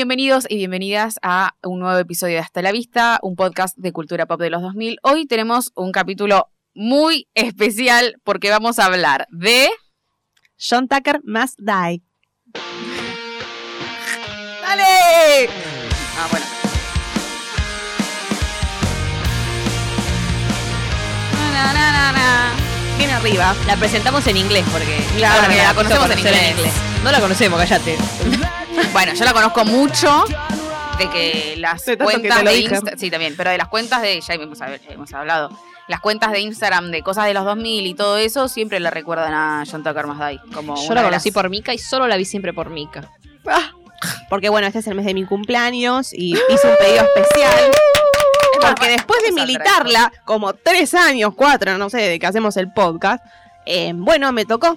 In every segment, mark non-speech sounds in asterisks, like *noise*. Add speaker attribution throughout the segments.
Speaker 1: Bienvenidos y bienvenidas a un nuevo episodio de Hasta la Vista, un podcast de cultura pop de los 2000. Hoy tenemos un capítulo muy especial porque vamos a hablar de...
Speaker 2: John Tucker must die.
Speaker 1: ¡Dale! Ah, bueno. Na, na, na, na. Bien arriba.
Speaker 3: La presentamos en inglés porque
Speaker 1: Claro,
Speaker 3: ahora me
Speaker 1: la
Speaker 3: costó
Speaker 1: conocemos en
Speaker 3: conocer
Speaker 1: inglés.
Speaker 3: No la conocemos, cállate.
Speaker 1: Bueno, yo la conozco mucho de que las
Speaker 2: De tanto que
Speaker 1: cuentas
Speaker 2: te lo
Speaker 1: de
Speaker 2: dije.
Speaker 1: Instagram, sí, también, pero de las cuentas de, ya hemos, hab- hemos hablado, las cuentas de Instagram de cosas de los 2000 y todo eso, siempre le recuerdan a John Tucker Masday. Como
Speaker 3: Yo
Speaker 1: una
Speaker 3: la
Speaker 1: de
Speaker 3: conocí
Speaker 1: las-
Speaker 3: por Mika y solo la vi siempre por Mika.
Speaker 2: Porque bueno, este es el mes de mi cumpleaños y hice un pedido especial.
Speaker 1: Es más,
Speaker 2: Porque después de
Speaker 1: ¡Uh! vamos a hacer
Speaker 2: militarla, como tres años, cuatro, no sé, de que hacemos el podcast, eh, bueno, me tocó.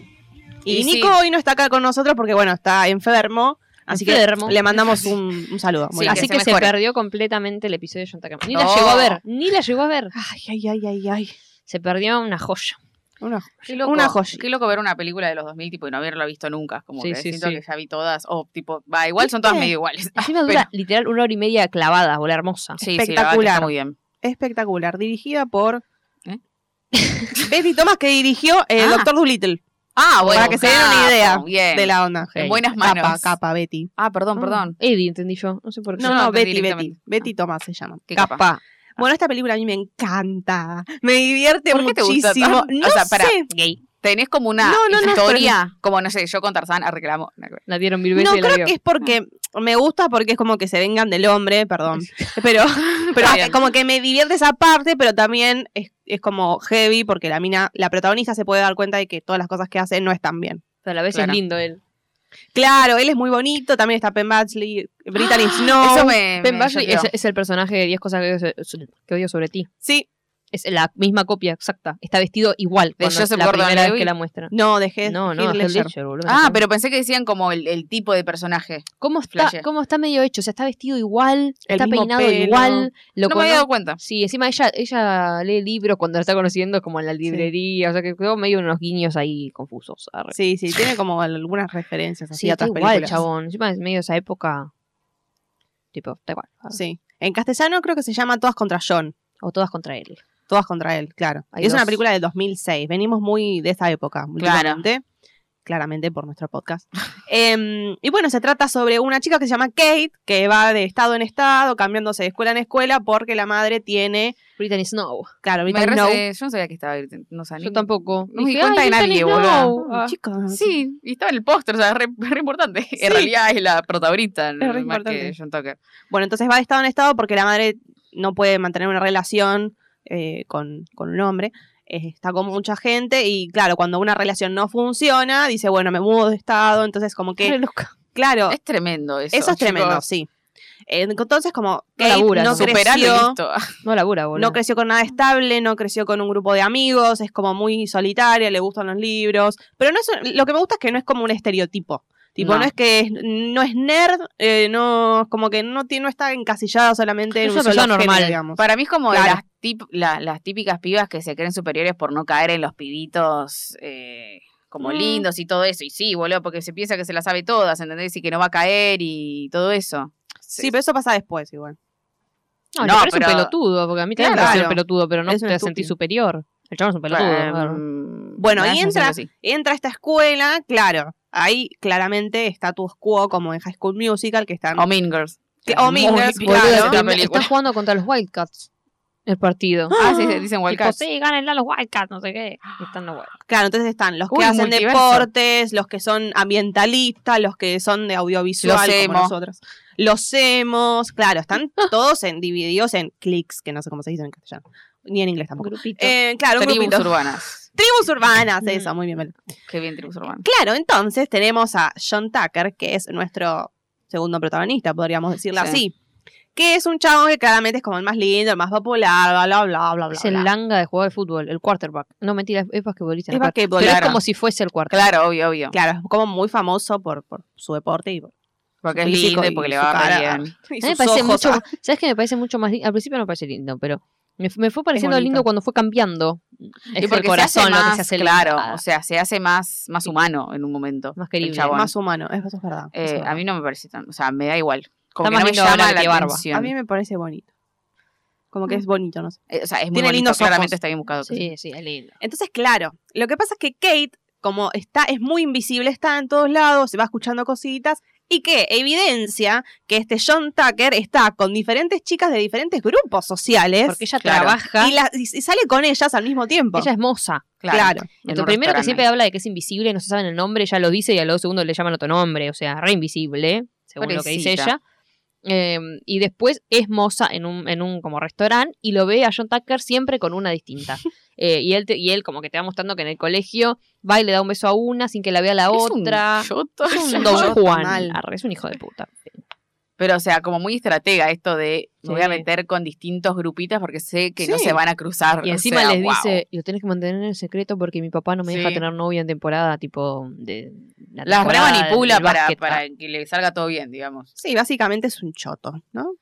Speaker 2: Y,
Speaker 1: Y sí.
Speaker 2: Nico hoy no está acá con nosotros porque bueno, está enfermo. Así
Speaker 3: Enfermo.
Speaker 2: que le mandamos un, un saludo. Muy
Speaker 1: Sí,
Speaker 2: bien.
Speaker 3: Así
Speaker 1: que
Speaker 3: que
Speaker 1: se
Speaker 3: se,
Speaker 1: mejore.
Speaker 3: perdió completamente el episodio de John Tucker. Ni
Speaker 1: No.
Speaker 3: la llegó a ver, ni la llegó a ver.
Speaker 2: Ay, ay, ay, ay, ay.
Speaker 3: Se perdió una joya.
Speaker 2: Una-
Speaker 1: Qué loco,
Speaker 2: Una joya.
Speaker 1: Qué loco ver una película de los 2000 tipo y no haberla visto nunca. Como
Speaker 3: Sí,
Speaker 1: que
Speaker 3: sí,
Speaker 1: siento
Speaker 3: sí.
Speaker 1: que ya vi todas. O tipo, va, igual son todas
Speaker 2: ¿Viste?
Speaker 1: medio iguales. *laughs*
Speaker 3: Encima dura literal una hora y media clavada, bola hermosa.
Speaker 1: Ah, Sí, sí, la verdad que está
Speaker 2: Espectacular.
Speaker 1: muy bien.
Speaker 2: Espectacular. Dirigida por.
Speaker 1: ¿Eh?
Speaker 2: *laughs* Betty Thomas que dirigió eh,
Speaker 1: Ah.
Speaker 2: Doctor Dolittle.
Speaker 1: Ah, bueno.
Speaker 2: Para que se den una
Speaker 1: capo,
Speaker 2: idea
Speaker 1: Bien.
Speaker 2: De la onda.
Speaker 1: En
Speaker 3: Hey.
Speaker 1: buenas manos.
Speaker 2: Capa, capa, Betty.
Speaker 1: Ah, perdón, perdón.
Speaker 3: Eddie, entendí yo. No sé *laughs* por qué.
Speaker 2: No,
Speaker 1: Yo
Speaker 2: no,
Speaker 1: no entendí
Speaker 2: Betty, Betty.
Speaker 1: directamente.
Speaker 2: Betty Tomás se llama.
Speaker 1: Qué
Speaker 2: Capa.
Speaker 1: capa. Ah.
Speaker 2: Bueno, esta película a mí me encanta. Me divierte
Speaker 1: ¿Por qué te gusta
Speaker 2: muchísimo.
Speaker 1: tanto? O
Speaker 2: No
Speaker 1: sea, pará,
Speaker 2: sé.
Speaker 3: Gay.
Speaker 1: Tenés como una
Speaker 2: No, no, no,
Speaker 1: historia, como no sé, yo con Tarzán reclamo.
Speaker 3: La vieron mil veces
Speaker 2: No,
Speaker 3: y la
Speaker 2: creo
Speaker 3: vio.
Speaker 2: que es porque
Speaker 1: Ah.
Speaker 2: me gusta porque es como que se vengan del hombre, perdón. Pero,
Speaker 1: *laughs*
Speaker 2: pero
Speaker 1: Está bien.
Speaker 2: como que me divierte esa parte, pero también es, es como heavy porque la mina, la protagonista se puede dar cuenta de que todas las cosas que hace no están bien.
Speaker 3: Pero a la vez
Speaker 1: Claro.
Speaker 3: es lindo él.
Speaker 2: Claro, él es muy bonito, también está Penn Badgley, Brittany
Speaker 3: Ah,
Speaker 2: Snow.
Speaker 1: Eso me.
Speaker 3: Ben
Speaker 1: me
Speaker 3: Barkley
Speaker 1: choqueó.
Speaker 3: es, es el personaje de 10 cosas que odio, que odio sobre ti.
Speaker 2: Sí,
Speaker 3: Es la misma copia exacta. Está vestido igual.
Speaker 1: De
Speaker 3: cuando es
Speaker 1: Joseph
Speaker 3: la primera vez
Speaker 1: Gordon-Levitt.
Speaker 3: que la muestra.
Speaker 2: no, dejé
Speaker 3: No, no,
Speaker 2: Heath
Speaker 3: Heath
Speaker 2: Ledger.
Speaker 3: Ledger, boludo.
Speaker 1: Ah,
Speaker 3: No.
Speaker 1: pero pensé que decían como el, el tipo de personaje.
Speaker 3: ¿Cómo está,
Speaker 1: Flashé.
Speaker 3: ¿Cómo está medio hecho? O sea, está vestido igual,
Speaker 2: El
Speaker 3: está
Speaker 2: mismo
Speaker 3: peinado
Speaker 2: pelo.
Speaker 3: igual. Lo
Speaker 1: no me había
Speaker 3: cono-
Speaker 1: dado cuenta.
Speaker 3: Sí, encima ella, ella lee libros cuando la está conociendo, es como en la librería. O sea, que quedó medio unos guiños ahí confusos. arre.
Speaker 2: Sí, sí, tiene como algunas referencias así
Speaker 3: Sí,
Speaker 2: a
Speaker 3: está
Speaker 2: otras
Speaker 3: igual,
Speaker 2: películas.
Speaker 3: chabón. Encima es medio esa época. Tipo, está igual. arre.
Speaker 2: Sí. En castellano creo que se llama Todas contra John.
Speaker 3: O todas contra él.
Speaker 2: Todas contra él, claro.
Speaker 3: Hay
Speaker 2: Y es
Speaker 3: dos.
Speaker 2: una película del 2006. Venimos muy de esa época,
Speaker 1: Claro.
Speaker 2: últimamente. Claramente por nuestro podcast. Em, y bueno, se trata sobre una chica que se llama Kate, que va de estado en estado, cambiándose de escuela en escuela, porque la madre tiene.
Speaker 3: Brittany Snow.
Speaker 2: Claro,
Speaker 1: Me
Speaker 2: ahorita
Speaker 1: re-
Speaker 2: no.
Speaker 1: eh, yo no sabía que estaba Britney, no sabía
Speaker 3: Yo
Speaker 1: ni-
Speaker 3: tampoco.
Speaker 1: No me di
Speaker 3: Dije,
Speaker 1: cuenta
Speaker 3: "Ay,
Speaker 1: de nadie,
Speaker 3: Brittany Snow".
Speaker 1: boluda.
Speaker 3: Ah,
Speaker 2: Chicos.
Speaker 1: Sí, y estaba en el póster, o sea, es re, re importante. *laughs* En realidad es la protagonista,
Speaker 2: re
Speaker 1: más que
Speaker 2: importante.
Speaker 1: John Tucker.
Speaker 2: Bueno, entonces va de estado en estado porque la madre no puede mantener una relación eh, con, con un hombre. eh, está con mucha gente y claro, cuando una relación no funciona, dice, bueno, me mudo de estado, entonces como
Speaker 3: re
Speaker 1: *laughs*
Speaker 2: que,
Speaker 3: loca.
Speaker 2: claro,
Speaker 1: Es tremendo eso.
Speaker 2: eso es tremendo,
Speaker 1: chicos.
Speaker 2: sí. Eh, Entonces como Kate
Speaker 3: labura,
Speaker 2: no
Speaker 3: ¿no?
Speaker 1: Superalo y *laughs*
Speaker 2: creció,
Speaker 1: listo.
Speaker 3: No labura, boludo.
Speaker 2: no creció con nada estable, no creció con un grupo de amigos, es como muy solitaria, le gustan los libros, pero no es, lo que me gusta es que no es como un estereotipo. Tipo,
Speaker 1: No.
Speaker 2: no, es que es- no es nerd, eh, no, como que no, tiene- no está encasillado solamente en
Speaker 3: Es
Speaker 2: un
Speaker 3: una
Speaker 2: solo
Speaker 3: persona
Speaker 2: género,
Speaker 3: normal.
Speaker 2: digamos.
Speaker 1: Para mí es como de
Speaker 2: Claro.
Speaker 1: las, tip- la- las típicas pibas que se creen superiores por no caer en los pibitos eh, como
Speaker 2: Mm.
Speaker 1: lindos y todo eso. Y sí, boludo, porque se piensa que se la sabe todas, ¿entendés? Y que no va a caer y todo eso.
Speaker 2: Sí, pero eso pasa después igual.
Speaker 3: No,
Speaker 1: No,
Speaker 3: no parece
Speaker 1: pero-
Speaker 3: un pelotudo, porque a mí también me
Speaker 2: Claro.
Speaker 3: pareció un pelotudo, pero no
Speaker 2: Es
Speaker 3: te
Speaker 2: un
Speaker 3: sentís
Speaker 2: estúpido.
Speaker 3: superior. El chabón es un pelotudo. claro.
Speaker 2: Bueno,
Speaker 1: me da
Speaker 2: ahí
Speaker 1: la sensación
Speaker 2: entra-
Speaker 1: que mm, sí.
Speaker 2: Entra a esta escuela, claro, ahí claramente status quo como en High School Musical que están...
Speaker 1: O Mean Girls.
Speaker 2: que- o Mean
Speaker 1: Muy
Speaker 2: Girls,
Speaker 1: boluda
Speaker 2: claro.
Speaker 1: esa
Speaker 3: Boludo, primer-
Speaker 1: película.
Speaker 3: está jugando contra los Wildcats el partido.
Speaker 1: Ah, sí, sí,
Speaker 2: *gasps*
Speaker 1: dicen
Speaker 3: Tipo,
Speaker 1: Wildcats.
Speaker 3: sí, gánenle a los Wildcats, no sé qué. Y están los Wildcats.
Speaker 2: Claro, entonces están los que
Speaker 1: Uy, el
Speaker 2: hacen
Speaker 1: multiverso.
Speaker 2: deportes, los que son ambientalistas, los que son de audiovisual
Speaker 1: Los
Speaker 2: como
Speaker 1: emo. Ah.
Speaker 2: nosotros. Los hemos, claro,
Speaker 1: *laughs*
Speaker 2: están todos en, divididos en clics, que no sé cómo se dice en castellano, ni en inglés tampoco.
Speaker 3: Grupito.
Speaker 2: Eh,
Speaker 1: *laughs*
Speaker 2: claro,
Speaker 1: Tribus
Speaker 2: grupito.
Speaker 1: urbanas.
Speaker 2: Tribus urbanas,
Speaker 3: Mm.
Speaker 2: eso, muy bien. Mel.
Speaker 1: Qué bien, tribus urbanas.
Speaker 2: Claro, entonces tenemos a John Tucker, que es nuestro segundo protagonista, podríamos decirlo
Speaker 1: Sí.
Speaker 2: así. Que es un chavo que claramente es como el más lindo, el más popular, bla, bla, bla, bla, bla.
Speaker 3: es el
Speaker 2: bla.
Speaker 3: langa de jugador de fútbol, el quarterback. No, mentira, es basquetbolista. no
Speaker 2: Es
Speaker 3: quarterback.
Speaker 2: basquetbolista.
Speaker 3: Pero es
Speaker 1: Claro.
Speaker 3: como si fuese el quarterback.
Speaker 1: Claro, obvio, obvio.
Speaker 2: Claro, es como muy famoso por, por su deporte y por
Speaker 1: Porque es
Speaker 2: Su físico
Speaker 1: lindo y
Speaker 2: y
Speaker 1: porque le
Speaker 2: su
Speaker 1: va re
Speaker 3: ah,
Speaker 2: cara.
Speaker 1: bien.
Speaker 2: y
Speaker 3: A mí me
Speaker 2: sus
Speaker 3: parece
Speaker 2: ojos,
Speaker 3: mucho,
Speaker 2: ah,
Speaker 3: ¿Sabes qué me parece mucho más lindo? Al principio no me parece lindo, pero me, me fue pareciendo
Speaker 2: bonito.
Speaker 3: lindo cuando fue cambiando. Es
Speaker 1: Y porque
Speaker 3: el corazón
Speaker 1: se hace
Speaker 3: lo
Speaker 1: más,
Speaker 3: que se hace lindo.
Speaker 1: Claro,
Speaker 3: Ah,
Speaker 1: o sea, se hace más, más humano en un momento.
Speaker 3: más
Speaker 1: el
Speaker 3: querible.
Speaker 1: chabón.
Speaker 2: más humano, eso es verdad. eso es
Speaker 1: Eh,
Speaker 2: verdad.
Speaker 1: a mí no me parece tan. O sea, me da igual. Como
Speaker 3: Está
Speaker 1: que
Speaker 3: más
Speaker 1: no me
Speaker 3: lindo ahora
Speaker 1: llama
Speaker 3: que
Speaker 1: la
Speaker 3: tiene barba.
Speaker 1: atención.
Speaker 2: A mí me parece bonito. Como que es bonito, no sé.
Speaker 1: Eh, O sea, es muy
Speaker 2: tiene
Speaker 1: bonito,
Speaker 2: lindos ojos.
Speaker 1: claramente está bien buscado.
Speaker 3: Ah, Sí, sí, es lindo.
Speaker 2: Entonces, claro, lo que pasa es que Kate, como está, es muy invisible, está en todos lados, se va escuchando cositas, y que evidencia que este John Tucker está con diferentes chicas de diferentes grupos sociales
Speaker 3: Porque ella
Speaker 1: claro.
Speaker 3: trabaja.
Speaker 2: y, la- y- y sale con ellas al mismo tiempo.
Speaker 3: Ella es moza.
Speaker 1: Claro.
Speaker 2: claro.
Speaker 1: En
Speaker 3: Lo
Speaker 1: un
Speaker 3: primero que
Speaker 1: restaurante.
Speaker 3: siempre habla de que es invisible, no se saben el nombre, ya lo dice y a los segundos le llaman otro nombre, o sea, re invisible, según lo que dice
Speaker 1: Pobrecita.
Speaker 3: ella. Eh, y después es moza en un, en un como restaurante y lo ve a John Tucker siempre con una
Speaker 1: *laughs*
Speaker 3: distinta. Eh, y, él te- y él como que te va mostrando que en el colegio va y le da un beso a una sin que la vea la
Speaker 1: Es un
Speaker 3: otra.
Speaker 1: choto,
Speaker 3: Es
Speaker 1: es
Speaker 3: un
Speaker 1: *laughs* un
Speaker 3: don
Speaker 1: choto.
Speaker 3: Juan.
Speaker 2: mal.
Speaker 3: Arre, es un hijo
Speaker 1: *laughs*
Speaker 3: de puta.
Speaker 1: Pero, o sea, como muy estratega esto de me voy a
Speaker 3: Sí.
Speaker 1: meter con distintos grupitos porque sé que no
Speaker 2: Sí.
Speaker 1: se van a cruzar.
Speaker 3: Y
Speaker 1: o
Speaker 3: encima
Speaker 1: sea,
Speaker 3: les
Speaker 1: guau.
Speaker 3: dice, lo tenés que mantener en secreto porque mi papá no me deja
Speaker 1: Sí.
Speaker 3: tener novia en temporada, tipo de... la
Speaker 1: Las re
Speaker 3: temporada
Speaker 1: manipula
Speaker 3: del ah.
Speaker 1: para,
Speaker 3: básquet,
Speaker 1: para que le salga todo bien, digamos.
Speaker 2: Sí, básicamente es un choto, ¿no?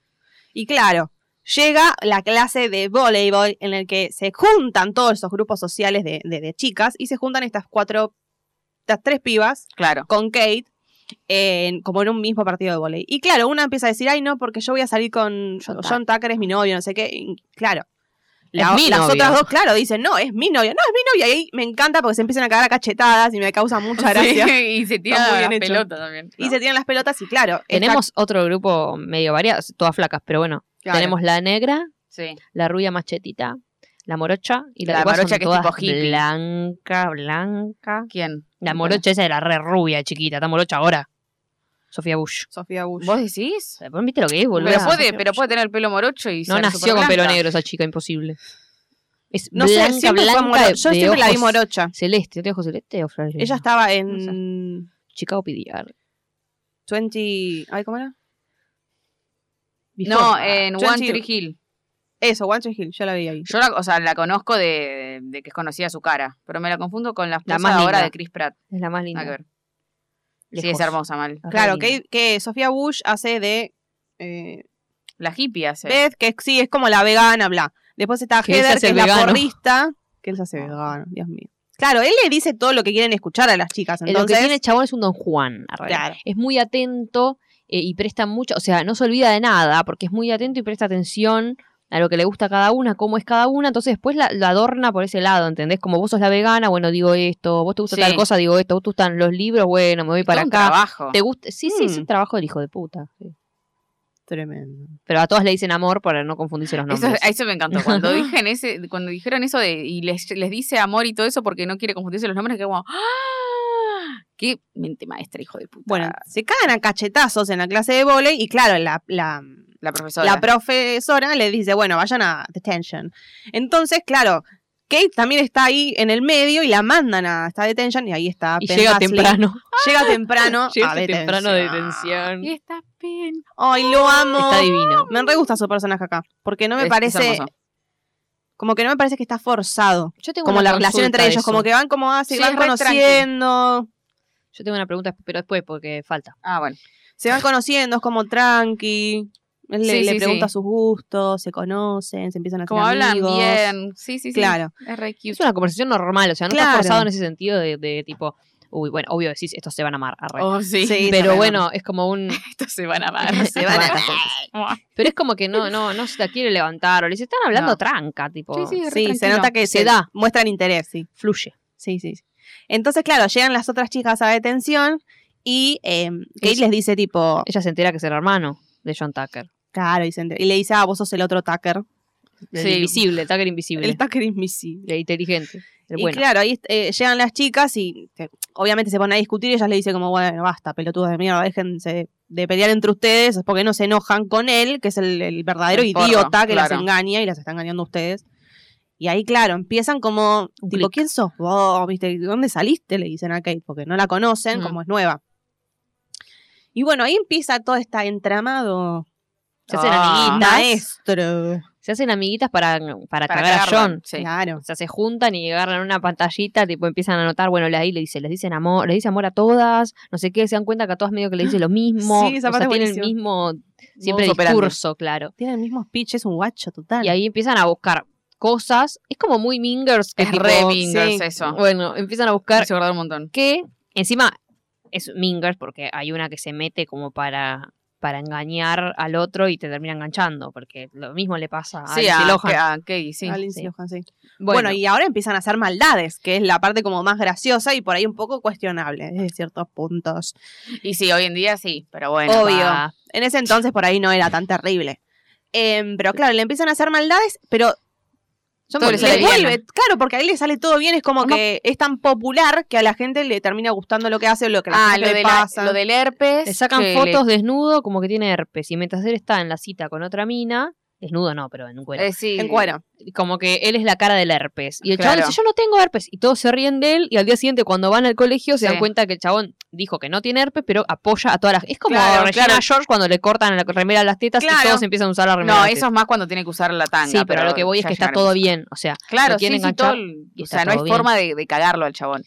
Speaker 2: Y claro, llega la clase de voleibol en el que se juntan todos esos grupos sociales de, de- de chicas y se juntan estas cuatro, estas tres pibas
Speaker 1: Claro.
Speaker 2: con Kate en- como en un mismo partido de voleibol. Y claro, una empieza a decir, ay no, porque yo voy a salir con
Speaker 3: John
Speaker 2: John, Tucker, es mi novio, no sé qué. Y claro.
Speaker 3: Es
Speaker 2: La-
Speaker 3: mi
Speaker 2: las
Speaker 3: novio.
Speaker 2: otras dos, claro, dicen, no, es mi novio, no, es mi novio. Y ahí me encanta porque se empiezan a cagar a cachetadas y me causa
Speaker 3: *laughs*
Speaker 2: mucha gracia.
Speaker 1: Sí, *laughs* y se
Speaker 2: Está muy
Speaker 1: tira
Speaker 2: bien
Speaker 1: las
Speaker 2: hecho.
Speaker 1: pelotas también.
Speaker 2: Y se tiran las pelotas y claro, esta-
Speaker 3: Tenemos otro grupo medio variado, todas flacas, pero bueno.
Speaker 2: claro,
Speaker 3: Tenemos la negra,
Speaker 1: Sí.
Speaker 3: la rubia machetita, la morocha y la,
Speaker 1: La
Speaker 3: igual son
Speaker 1: morocha que es
Speaker 3: todas
Speaker 1: tipo hippie.
Speaker 3: Blanca, blanca.
Speaker 1: ¿Quién?
Speaker 3: La morocha esa era re rubia, chiquita. Está morocha ahora. Sofía Bush.
Speaker 2: Sofía Bush.
Speaker 1: ¿Vos decís?
Speaker 3: ¿Viste lo que es, boludo?
Speaker 1: Pero puede,
Speaker 2: Sofía
Speaker 1: pero
Speaker 2: Bush.
Speaker 1: puede tener el pelo morocho y
Speaker 3: No
Speaker 1: ser
Speaker 3: nació con
Speaker 1: superblanca.
Speaker 3: pelo negro esa chica, imposible. Es
Speaker 2: No
Speaker 3: blanca,
Speaker 2: sé, siempre fue
Speaker 3: blanca.
Speaker 2: moro-
Speaker 3: de-
Speaker 2: Yo
Speaker 3: de
Speaker 2: siempre la vi
Speaker 3: ojos
Speaker 2: morocha.
Speaker 3: Celeste, ¿no tiene ojos celeste o flores?
Speaker 2: Ella estaba
Speaker 3: No sé.
Speaker 2: en
Speaker 3: Chicago PDR.
Speaker 2: 20... Ay, ¿cómo era?
Speaker 1: No, eh, en
Speaker 2: Yo
Speaker 1: One
Speaker 2: sí-
Speaker 1: Tree Hill.
Speaker 2: Eso, One Tree Hill, yo la vi ahí.
Speaker 1: Yo la, o sea, la conozco de, de que es conocida su cara, pero me la confundo con la, esposa
Speaker 3: más
Speaker 1: ahora
Speaker 3: linda.
Speaker 1: de Chris Pratt.
Speaker 3: Es la más linda.
Speaker 1: Nada que ver. Sí,
Speaker 3: Lejos.
Speaker 1: es hermosa, mal.
Speaker 3: Es re
Speaker 2: Claro,
Speaker 3: linda.
Speaker 2: que, que Sofía Bush hace de... eh,
Speaker 1: La hippie hace.
Speaker 2: Beth, que sí, es como la vegana, bla. Después está
Speaker 3: Que él se
Speaker 2: Heather,
Speaker 3: hace
Speaker 2: que es la
Speaker 3: vegano. Ah.
Speaker 2: porrista. Que él se hace vegano, Dios mío. Claro, él le dice todo lo que quieren escuchar a las chicas.
Speaker 3: Eh, Lo que
Speaker 2: Entonces,
Speaker 3: tiene el chabón es un don Juan. arre.
Speaker 2: Claro.
Speaker 3: Es muy atento eh, y presta mucho, o sea, no se olvida de nada, porque es muy atento y presta atención a lo que le gusta a cada una, cómo es cada una, entonces después la, la adorna por ese lado, ¿entendés? Como vos sos la vegana, bueno, digo esto, vos te gusta
Speaker 1: Sí.
Speaker 3: tal cosa, digo esto, vos te gustan los libros, bueno, me voy para
Speaker 1: Todo un
Speaker 3: acá.
Speaker 1: trabajo.
Speaker 3: Te gusta, sí, sí, es
Speaker 2: Mm.
Speaker 3: un trabajo del hijo de puta. sí.
Speaker 2: tremendo.
Speaker 3: Pero a todas le dicen amor para no confundirse los
Speaker 1: Eso,
Speaker 3: nombres.
Speaker 1: a eso me encantó. Cuando dije en ese, cuando dijeron eso de, y les, les dice amor y todo eso porque no quiere confundirse los nombres, que como, ¡ah! ¡Qué mente maestra, hijo de puta!
Speaker 2: Bueno, se cagan a cachetazos en la clase de volei y claro, la, la,
Speaker 1: la profesora.
Speaker 2: la profesora le dice, bueno, vayan a detention. Entonces, claro, Kate también está ahí en el medio y la mandan a esta detention y ahí está.
Speaker 3: y
Speaker 2: Penn Ah,
Speaker 3: llega
Speaker 2: Badgley. *laughs*
Speaker 3: temprano.
Speaker 2: Llega
Speaker 1: *laughs*
Speaker 2: temprano.
Speaker 3: llega
Speaker 2: a
Speaker 3: temprano de detención.
Speaker 1: y está bien.
Speaker 2: Ay, lo amo.
Speaker 3: Está divino.
Speaker 2: Me re gusta su personaje acá, porque no me
Speaker 1: Es- es
Speaker 2: parece,
Speaker 1: hermoso.
Speaker 2: como que no me parece que está forzado.
Speaker 3: Yo tengo
Speaker 2: Como
Speaker 3: una
Speaker 2: la relación
Speaker 3: consulta
Speaker 2: entre
Speaker 3: de
Speaker 2: ellos,
Speaker 3: eso.
Speaker 2: como que van como ah, se
Speaker 1: Sí,
Speaker 2: van
Speaker 1: es re tranqui.
Speaker 2: conociendo,
Speaker 3: Yo tengo una pregunta, pero después, porque falta.
Speaker 1: Ah, bueno.
Speaker 2: se van conociendo, es como tranqui. Él le,
Speaker 1: Sí,
Speaker 2: le
Speaker 1: sí,
Speaker 2: pregunta
Speaker 1: sí.
Speaker 2: sus gustos, se conocen, se empiezan a hacer
Speaker 1: Como hablan
Speaker 2: amigos.
Speaker 1: bien. Sí, sí, sí.
Speaker 2: Claro.
Speaker 1: Es re cute.
Speaker 3: Es una conversación normal, o sea, no
Speaker 2: Claro.
Speaker 3: está forzado en ese sentido de, de tipo, uy, bueno, obvio decís, estos se van a amar, arre.
Speaker 1: Oh, sí.
Speaker 2: Sí.
Speaker 3: Pero
Speaker 2: también.
Speaker 3: bueno, es como un.
Speaker 1: *laughs* Estos se van a amar.
Speaker 3: *laughs* se van
Speaker 1: *laughs*
Speaker 3: a-
Speaker 1: amar.
Speaker 3: Pero es como que no, no, no se la quiere levantar, o les están hablando
Speaker 1: No.
Speaker 3: tranca, tipo.
Speaker 1: Sí, sí, es re
Speaker 2: Sí, se
Speaker 1: tranquilo.
Speaker 2: nota que
Speaker 3: Se
Speaker 2: se
Speaker 3: da.
Speaker 2: muestran interés, sí.
Speaker 3: Fluye.
Speaker 2: Sí, sí. sí. Entonces, claro, llegan las otras chicas a detención y eh, Kate
Speaker 3: Es-
Speaker 2: les dice tipo,
Speaker 3: Ella se entera que es el hermano de John Tucker.
Speaker 2: claro, y, se enter- y le dice, ah, vos sos el otro Tucker.
Speaker 3: El
Speaker 1: Sí.
Speaker 3: invisible, el Tucker invisible.
Speaker 2: El Tucker invisible.
Speaker 3: El inteligente. El
Speaker 2: Y
Speaker 3: bueno.
Speaker 2: claro, ahí eh, llegan las chicas y eh, obviamente se ponen a discutir y ellas le dicen como, bueno, basta, pelotudas de mierda, déjense de pelear entre ustedes porque no se enojan con él, que es el, el verdadero
Speaker 1: El forro,
Speaker 2: idiota que las
Speaker 1: claro.
Speaker 2: engaña y las está engañando a ustedes. Y ahí, claro, empiezan como,
Speaker 3: Un
Speaker 2: tipo,
Speaker 3: clic.
Speaker 2: ¿quién sos vos? ¿Viste? ¿De dónde saliste? Le dicen a Kate, porque no la conocen,
Speaker 3: Mm.
Speaker 2: como es nueva. Y bueno, ahí empieza todo este entramado
Speaker 3: Se hacen
Speaker 1: Ah.
Speaker 3: amiguitas.
Speaker 2: maestro.
Speaker 3: Se hacen amiguitas para, para, cagar a
Speaker 1: cagarla,
Speaker 3: John.
Speaker 1: Sí.
Speaker 2: Claro.
Speaker 3: O sea, se juntan y agarran una pantallita, tipo empiezan a anotar, bueno, le- ahí le dice, les dicen amor, les dice amor a todas, no sé qué, se dan cuenta que a todas medio que le dice lo mismo,
Speaker 2: Sí, esa
Speaker 3: o
Speaker 2: parte
Speaker 3: sea,
Speaker 2: es
Speaker 3: tienen el
Speaker 2: buenísima.
Speaker 3: mismo siempre
Speaker 1: Modus operandi.
Speaker 3: discurso, claro.
Speaker 2: Tiene el mismo speech, es un guacho total.
Speaker 3: Y ahí empiezan a buscar cosas, es como muy Mingers, que
Speaker 1: Es
Speaker 3: tipo-
Speaker 1: re Mingers
Speaker 2: sí.
Speaker 1: eso.
Speaker 3: Bueno, empiezan a
Speaker 1: Me
Speaker 3: buscar
Speaker 1: hizo acordar un montón.
Speaker 3: que encima es Mingers porque hay una que se mete como para para engañar al otro y te termina enganchando, porque lo mismo le pasa a
Speaker 1: Sí,
Speaker 3: Ah, Lindsay
Speaker 1: a,
Speaker 3: Lohan.
Speaker 1: que- a Katie, sí.
Speaker 2: a
Speaker 3: sí.
Speaker 2: Lindsay Lohan, sí.
Speaker 3: Bueno,
Speaker 2: Bueno, y ahora empiezan a hacer maldades, que es la parte como más graciosa y por ahí un poco cuestionable *laughs* desde ciertos puntos.
Speaker 1: Y sí, hoy en día sí, pero bueno. va.
Speaker 2: Oh, obvio. En ese entonces por ahí no era tan terrible. Em, pero claro, le empiezan a hacer maldades, pero
Speaker 3: son
Speaker 1: todo
Speaker 2: le
Speaker 1: le sale bien.
Speaker 2: vuelve, claro, porque ahí le sale todo bien, es como
Speaker 3: Además-
Speaker 2: que es tan popular que a la gente le termina gustando lo que hace o lo que la
Speaker 1: Ah,
Speaker 2: gente
Speaker 1: lo,
Speaker 2: le
Speaker 1: de la-
Speaker 2: pasa.
Speaker 1: lo del herpes.
Speaker 3: Le sacan
Speaker 1: que
Speaker 3: fotos desnudo como que tiene herpes. Y mientras él está en la cita con otra mina, desnudo no, pero en un cuero.
Speaker 1: eh, sí.
Speaker 2: En cuero.
Speaker 3: Como que él es la cara del herpes. Y el
Speaker 1: Claro.
Speaker 3: chabón dice, yo no tengo herpes. Y todos se ríen de él. Y al día siguiente, cuando van al colegio,
Speaker 1: Sí.
Speaker 3: se dan cuenta que el chabón dijo que no tiene herpes, pero apoya a todas las... Es como
Speaker 1: Claro,
Speaker 3: Regina
Speaker 1: claro.
Speaker 3: George cuando le cortan la remera a las tetas
Speaker 1: Claro.
Speaker 3: y todos empiezan a usar la remera.
Speaker 1: No,
Speaker 3: de las
Speaker 1: eso es más cuando tiene que usar la tanga.
Speaker 3: tetas. Sí, pero, a lo que voy es
Speaker 1: ya
Speaker 3: que está
Speaker 1: llegaremos.
Speaker 3: todo bien. O sea,
Speaker 1: Claro,
Speaker 3: lo
Speaker 1: sí,
Speaker 3: quiere
Speaker 1: sí, todo
Speaker 3: enganchar
Speaker 1: el-
Speaker 3: y
Speaker 1: o
Speaker 3: está
Speaker 1: sea, no hay
Speaker 3: todo bien.
Speaker 1: forma de, de cagarlo al chabón.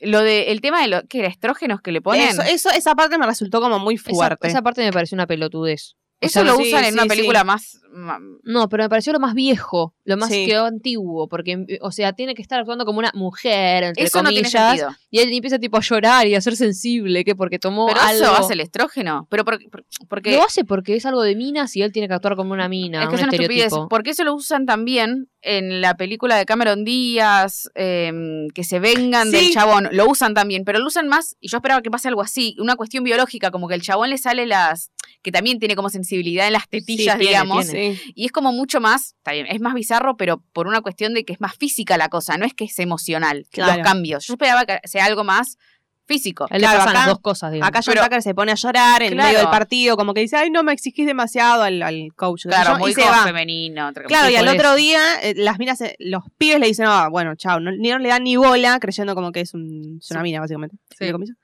Speaker 1: Lo de, el tema de los que era estrógenos que le ponen,
Speaker 2: Eso,
Speaker 1: eso,
Speaker 2: eso- esa parte me resultó como muy
Speaker 3: esa,
Speaker 2: fuerte.
Speaker 3: esa parte me pareció una pelotudez. O sea,
Speaker 1: lo
Speaker 2: sí,
Speaker 1: usan en
Speaker 2: sí,
Speaker 1: una
Speaker 2: sí.
Speaker 1: película más, ma-
Speaker 3: No, pero me pareció lo más viejo, lo más
Speaker 2: Sí.
Speaker 3: que antiguo, porque, o sea, tiene que estar actuando como una mujer, entre
Speaker 1: Eso no tiene
Speaker 3: comillas,
Speaker 1: sentido.
Speaker 3: y él empieza tipo a llorar y a ser sensible, que porque tomó
Speaker 1: Pero
Speaker 3: algo.
Speaker 1: eso hace el estrógeno. Pero por- por- porque
Speaker 3: Lo hace porque es algo de minas y él tiene que actuar como una mina,
Speaker 1: es que
Speaker 3: un
Speaker 1: es una estupidez.
Speaker 3: estereotipo.
Speaker 1: Porque eso lo usan también en la película de Cameron Díaz, em, que se vengan del
Speaker 2: Sí.
Speaker 1: chabón. Lo usan también, pero lo usan más, y yo esperaba que pase algo así, una cuestión biológica, como que el chabón le sale las. que también tiene como sensibilidad en las tetillas,
Speaker 3: tiene,
Speaker 1: digamos.
Speaker 3: tiene.
Speaker 2: Sí.
Speaker 1: Y es como mucho más, está bien, es más bizarro, pero por una cuestión de que es más física la cosa, no es que es emocional,
Speaker 2: Claro.
Speaker 1: los cambios. Yo esperaba que sea algo más físico.
Speaker 3: A él
Speaker 2: Claro,
Speaker 3: le pasan
Speaker 2: acá-
Speaker 3: las dos cosas, digamos.
Speaker 2: Acá John
Speaker 1: Pero-
Speaker 2: Tucker se pone a llorar en
Speaker 1: Claro.
Speaker 2: medio del partido, como que dice, ay, no me exigís demasiado al, al coach. qué sé
Speaker 1: Claro,
Speaker 2: yo,
Speaker 1: muy
Speaker 2: y se
Speaker 1: como
Speaker 2: va.
Speaker 1: femenino. otra cosa.
Speaker 2: Claro,
Speaker 3: Sí,
Speaker 2: y al
Speaker 3: por
Speaker 2: otro
Speaker 3: eso.
Speaker 2: día eh, las minas, se- los pibes le dicen, ah, bueno, chao, no, ni no le dan ni bola, creyendo como que es, un, es una
Speaker 1: Sí.
Speaker 2: mina, básicamente.
Speaker 1: Sí.
Speaker 2: entre comillas.